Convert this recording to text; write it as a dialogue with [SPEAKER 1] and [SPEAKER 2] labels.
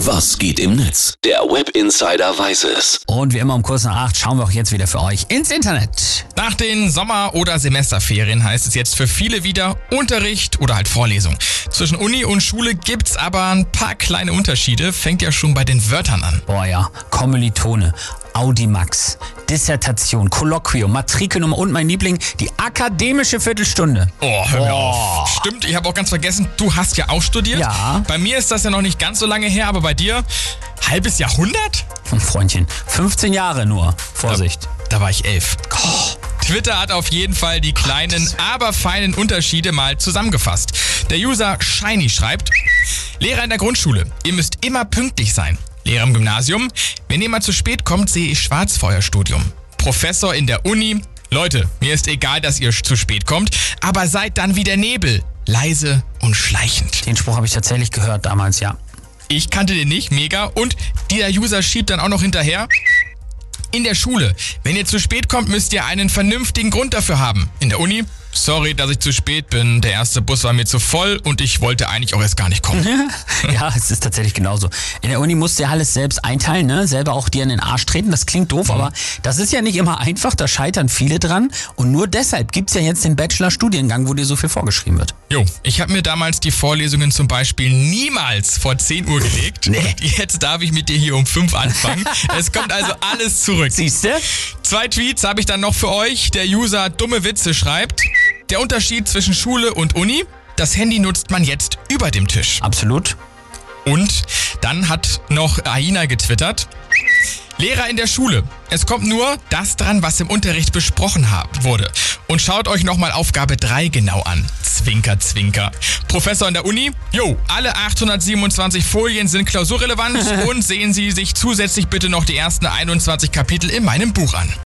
[SPEAKER 1] Was geht im Netz? Der Web Insider weiß es.
[SPEAKER 2] Und wie immer um kurz nach acht schauen wir auch jetzt wieder für euch ins Internet.
[SPEAKER 3] Nach den Sommer- oder Semesterferien heißt es jetzt für viele wieder Unterricht oder halt Vorlesung. Zwischen Uni und Schule gibt's aber ein paar kleine Unterschiede. Fängt ja schon bei den Wörtern an.
[SPEAKER 2] Boah ja, Kommilitone, Audimax, Dissertation, Kolloquium, Matrikenummer und mein Liebling, die akademische Viertelstunde.
[SPEAKER 3] Oh, hör mir auf. Stimmt, ich habe auch ganz vergessen, du hast ja auch studiert.
[SPEAKER 2] Ja.
[SPEAKER 3] Bei mir ist das ja noch nicht ganz so lange her, aber bei dir halbes Jahrhundert?
[SPEAKER 2] Und Freundchen, 15 Jahre nur. Vorsicht.
[SPEAKER 3] Da war ich elf. Twitter hat auf jeden Fall die kleinen, aber feinen Unterschiede mal zusammengefasst. Der User Shiny schreibt, Lehrer in der Grundschule, ihr müsst immer pünktlich sein. Lehrer im Gymnasium, wenn jemand zu spät kommt, sehe ich Schwarzfeuerstudium. Professor in der Uni, Leute, mir ist egal, dass ihr zu spät kommt, aber seid dann wie der Nebel, leise und schleichend.
[SPEAKER 2] Den Spruch habe ich tatsächlich gehört damals, ja.
[SPEAKER 3] Ich kannte den nicht, mega. Und dieser User schiebt dann auch noch hinterher. In der Schule, wenn ihr zu spät kommt, müsst ihr einen vernünftigen Grund dafür haben. In der Uni, sorry, dass ich zu spät bin. Der erste Bus war mir zu voll und ich wollte eigentlich auch erst gar nicht kommen.
[SPEAKER 2] ja, es ist tatsächlich genauso. In der Uni musst du ja alles selbst einteilen, ne? selber auch dir in den Arsch treten. Das klingt doof, aber das ist ja nicht immer einfach. Da scheitern viele dran. Und nur deshalb gibt's ja jetzt den Bachelor-Studiengang, wo dir so viel vorgeschrieben wird.
[SPEAKER 3] Jo, ich habe mir damals die Vorlesungen zum Beispiel niemals vor 10 Uhr gelegt.
[SPEAKER 2] Nee.
[SPEAKER 3] Und jetzt darf ich mit dir hier um 5 anfangen. es kommt also alles zurück.
[SPEAKER 2] Siehste?
[SPEAKER 3] Zwei Tweets habe ich dann noch für euch. Der User Dumme Witze schreibt, der Unterschied zwischen Schule und Uni, das Handy nutzt man jetzt über dem Tisch.
[SPEAKER 2] Absolut.
[SPEAKER 3] Und dann hat noch Aina getwittert, Lehrer in der Schule, es kommt nur das dran, was im Unterricht besprochen haben, wurde. Und schaut euch nochmal Aufgabe 3 genau an. Zwinker, zwinker. Professor in der Uni, jo, alle 827 Folien sind klausurrelevant und sehen Sie sich zusätzlich bitte noch die ersten 21 Kapitel in meinem Buch an.